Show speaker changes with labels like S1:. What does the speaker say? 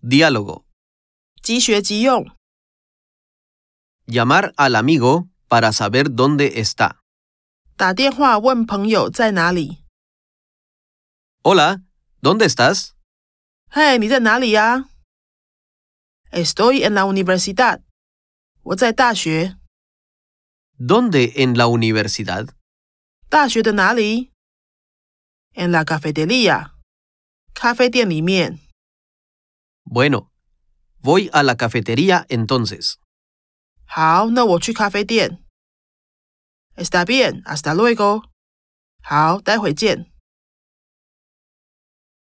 S1: Diálogo.
S2: 即学即用。
S1: Llamar al amigo para saber dónde está.
S2: 打电话问朋友在哪里。
S1: Hola, ¿dónde estás?
S2: 嘿，你在哪里呀、Estoy en la universidad。我在大学。
S1: ¿Dónde en la universidad?
S2: 大学的哪里？En la cafetería。咖啡店里面。
S1: Bueno, voy a la cafetería entonces.
S2: 好，那我去咖啡店。Está bien, hasta luego。好，待会见。